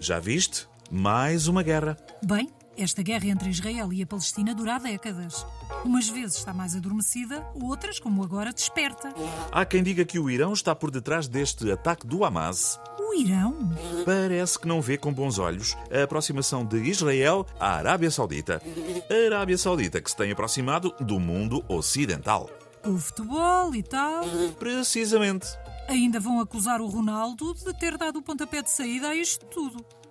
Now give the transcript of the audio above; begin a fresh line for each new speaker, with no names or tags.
Já viste? Mais uma guerra.
Bem, esta guerra entre Israel e a Palestina dura há décadas. Umas vezes está mais adormecida, outras, como agora, desperta.
Há quem diga que o Irão está por detrás deste ataque do Hamas.
O Irão?
Parece que não vê com bons olhos a aproximação de Israel à Arábia Saudita. A Arábia Saudita que se tem aproximado do mundo ocidental.
Com o futebol e tal.
Precisamente.
Ainda vão acusar o Ronaldo de ter dado o pontapé de saída a isto tudo.